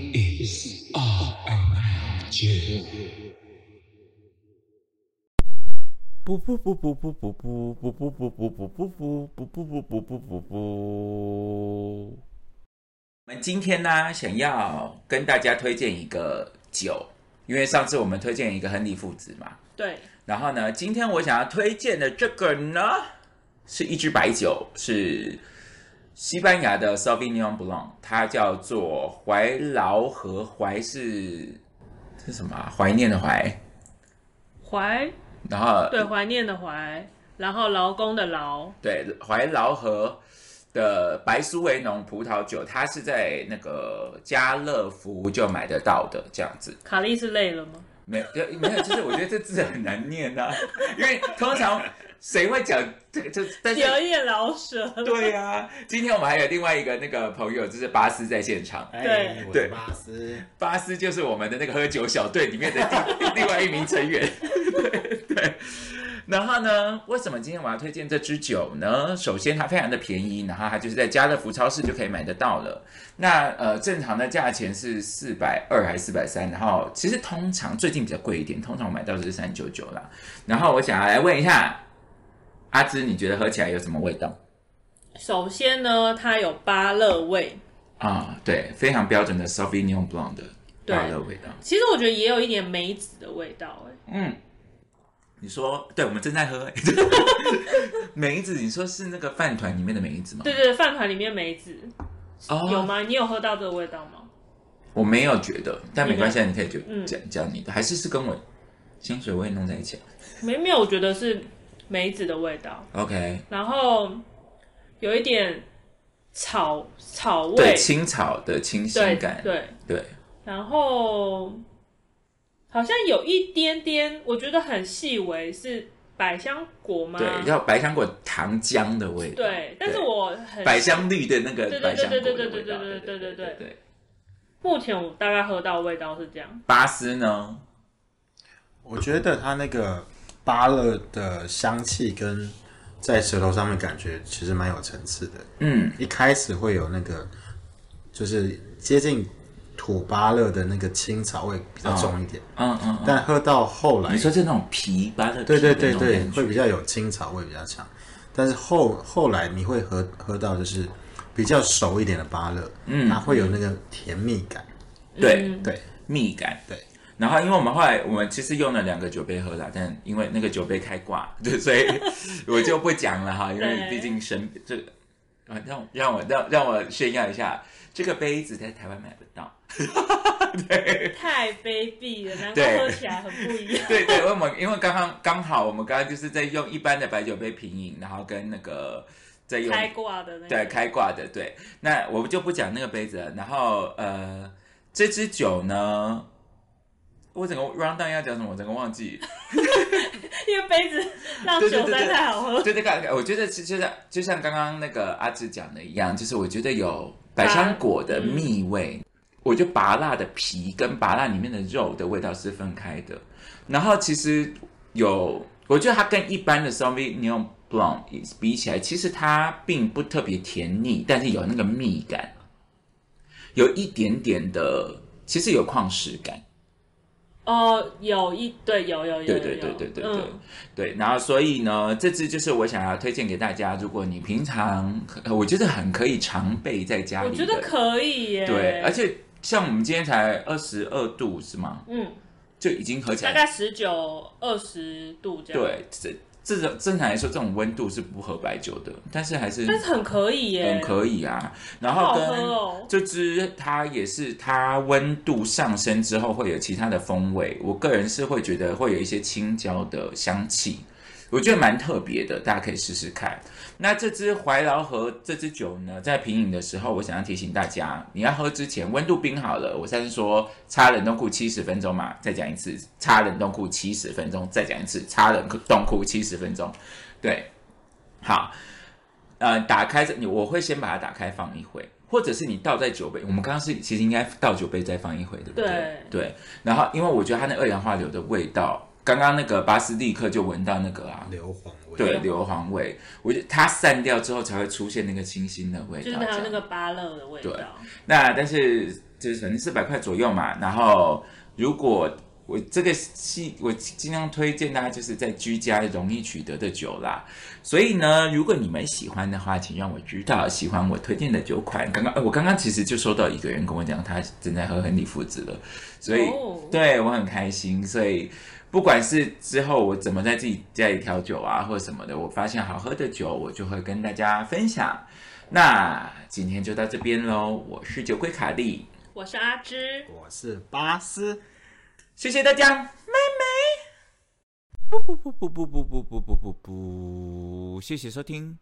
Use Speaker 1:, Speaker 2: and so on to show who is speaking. Speaker 1: is RNG.
Speaker 2: 不不不不不不不不不不不不不不不不不不不不。
Speaker 3: 我们今天呢、想要跟大家推荐一个酒，因为上次我们推荐一个亨利父子嘛，
Speaker 4: 对，
Speaker 3: 然后呢，今天我想要推荐的这个呢，是一支白酒，是西班牙的 Sauvignon Blanc，它叫做怀劳和怀是是什么啊、怀念的怀，
Speaker 4: 怀
Speaker 3: 然后
Speaker 4: 对怀念的怀，然后劳工的劳，
Speaker 3: 对，怀劳河的白苏维农葡萄酒，它是在那个家乐福就买得到的，这样子。
Speaker 4: 卡莉是累了 吗？
Speaker 3: 没有，就没有，就是我觉得这字很难念呐、 因为通常谁会讲这个？就但是
Speaker 4: 有一点老舍，
Speaker 3: 对呀、今天我们还有另外一个那个朋友，就是巴斯在现场。
Speaker 4: 对
Speaker 5: 哎，我
Speaker 3: 对
Speaker 5: 是巴斯，
Speaker 3: 巴斯就是我们的那个喝酒小队里面的第另外一名成员。 对对。然后呢，为什么今天我要推荐这支酒呢？首先，它非常的便宜，然后它就是在家乐福超市就可以买得到了。那呃，正常的价钱是四百二还是四百三？然后其实通常最近比较贵一点，通常我买到的是三九九啦。然后我想要来问一下阿芝，你觉得喝起来有什么味道？
Speaker 4: 首先呢，它有芭乐味，
Speaker 3: 啊、对，非常标准的 Sauvignon Blanc 的
Speaker 4: 对
Speaker 3: 芭乐味道。
Speaker 4: 其实我觉得也有一点梅子的味道、哎，
Speaker 3: 嗯，你说，对，我们正在喝、欸、梅子，你说是那个饭团里面的梅子吗？
Speaker 4: 对对对，饭团里面梅子、
Speaker 3: 哦
Speaker 4: 有？吗？你有喝到这个味道吗？
Speaker 3: 我没有觉得，但没关系，你可以就
Speaker 4: 嗯
Speaker 3: 讲讲你的，还是是跟我香水味弄在一起啊
Speaker 4: 没没有，我觉得是梅子的味道，
Speaker 3: ？OK，
Speaker 4: 然后有一点草草味
Speaker 3: 对，，青草的清新
Speaker 4: 对
Speaker 3: 感，
Speaker 4: 对，
Speaker 3: 对
Speaker 4: 然后好像有一点点，我觉得很细微，是百香果吗？
Speaker 3: 对，要百香果糖浆的味道，
Speaker 4: 对但是我很
Speaker 3: 百香绿的那个
Speaker 4: 对对对
Speaker 3: 百香果的
Speaker 4: 对对
Speaker 3: 味道，
Speaker 4: 对对对
Speaker 3: 对
Speaker 4: 对对对
Speaker 3: 对。
Speaker 4: 目前我大概喝到的味道是这样，
Speaker 3: 巴斯呢？
Speaker 5: 我觉得它那个芭乐的香气跟在舌头上面感觉其实蛮有层次的。
Speaker 3: 嗯，
Speaker 5: 一开始会有那个就是接近土芭乐的那个青草味比较重一点，
Speaker 3: 嗯嗯嗯，
Speaker 5: 但喝到后来
Speaker 3: 你，说是那种皮巴的，
Speaker 5: 对对对对，会比较有青草味比较强。但是后后来你会喝喝到就是比较熟一点的芭乐，
Speaker 3: 嗯
Speaker 5: 它会有那个甜蜜感。
Speaker 3: 对，
Speaker 5: 对，
Speaker 3: 蜜感。
Speaker 5: 对。
Speaker 3: 然后，因为我们后来我们其实用了两个酒杯喝啦，但因为那个酒杯开挂， 对，所以我就不讲了哈，因为
Speaker 4: 对
Speaker 3: 毕竟生这个，啊，让我让我让让我炫耀一下，这个杯子在台湾买不到。
Speaker 4: 太卑鄙了，难
Speaker 3: 对
Speaker 4: 怪喝起来很不一样。
Speaker 3: 对对，因为我们因为刚刚刚好我们刚刚就是在用一般的白酒杯品饮，然后跟那个在用
Speaker 4: 开挂的那
Speaker 3: 对，
Speaker 4: 个，
Speaker 3: 开挂的，对。那我们就不讲那个杯子了。然后呃，这支酒呢，我整个 round down 要讲什么，我整个忘记。
Speaker 4: 因为杯子让
Speaker 3: 对对
Speaker 4: 酒
Speaker 3: 对
Speaker 4: 实
Speaker 3: 对
Speaker 4: 在太好喝。
Speaker 3: 对，这个我觉得其实就像就像刚刚那个阿志讲的一样，就是我觉得有百香果的蜜味，我觉得拔辣的皮跟拔辣里面的肉的味道是分开的。然后其实有，我觉得它跟一般的 Sauvignon Blanc 比起来，其实它并不特别甜腻，但是有那个蜜感，有一点点的，其实有矿石感。
Speaker 4: 哦，有一对，有有有有，
Speaker 3: 对对
Speaker 4: 有
Speaker 3: 对对对对、
Speaker 4: 嗯，
Speaker 3: 对，然后所以呢，这支就是我想要推荐给大家，如果你平常，呃我觉得很可以常备在家里
Speaker 4: 我
Speaker 3: 的，
Speaker 4: 觉得可以耶。
Speaker 3: 对，而且像我们今天才二十二度是吗？
Speaker 4: 嗯，
Speaker 3: 就已经合起
Speaker 4: 大
Speaker 3: 来，
Speaker 4: 概十九二十度这样。，
Speaker 3: 对，这这种正常来说这种温度是不喝白酒的，但是还是
Speaker 4: 但是很可以耶，
Speaker 3: 很可以啊。然
Speaker 4: 好
Speaker 3: 后
Speaker 4: 喝
Speaker 3: 跟
Speaker 4: 哦
Speaker 3: 这支它也是它温度上升之后会有其他的风味，我个人是会觉得会有一些青椒的香气，我觉得蛮特别的，大家可以试试看。那这支怀劳和这支酒呢，在品饮的时候，我想要提醒大家，你要喝之前温度冰好了，我上次说插冷冻库七十分钟嘛，再讲一次，插冷冻库七十分钟，再讲一次，插冷冻库七十分钟，对，好，呃，打开这，你我会先把它打开放一会，或者是你倒在酒杯，我们刚刚是其实应该倒酒杯再放一会，对不对？对，然后因为我觉得它那二氧化硫的味道，刚刚那个巴斯立刻就闻到那个啊，
Speaker 5: 硫磺味。
Speaker 3: 对，硫磺味，我觉得它散掉之后才会出现那个清新的味道。
Speaker 4: 就是还有那
Speaker 3: 这样
Speaker 4: 个芭乐的味
Speaker 3: 对
Speaker 4: 道。
Speaker 3: 那但是就是反正四百块左右嘛。然后如果我这个系，我尽量推荐大家就是在居家容易取得的酒啦。所以呢，如果你们喜欢的话，请让我知道喜欢我推荐的酒款。刚刚、呃我刚刚其实就收到一个人跟我讲，他正在喝亨利福子了，所以、
Speaker 4: 哦
Speaker 3: 对我很开心。所以不管是之后我怎么在自己家里调酒啊，或者什么的，我发现好喝的酒，我就会跟大家分享。那今天就到这边喽，我是酒鬼卡莉，
Speaker 4: 我是阿芝，
Speaker 5: 我是巴斯。
Speaker 3: 谢谢大家。
Speaker 2: 不不不不不不不不不不不，谢谢收听。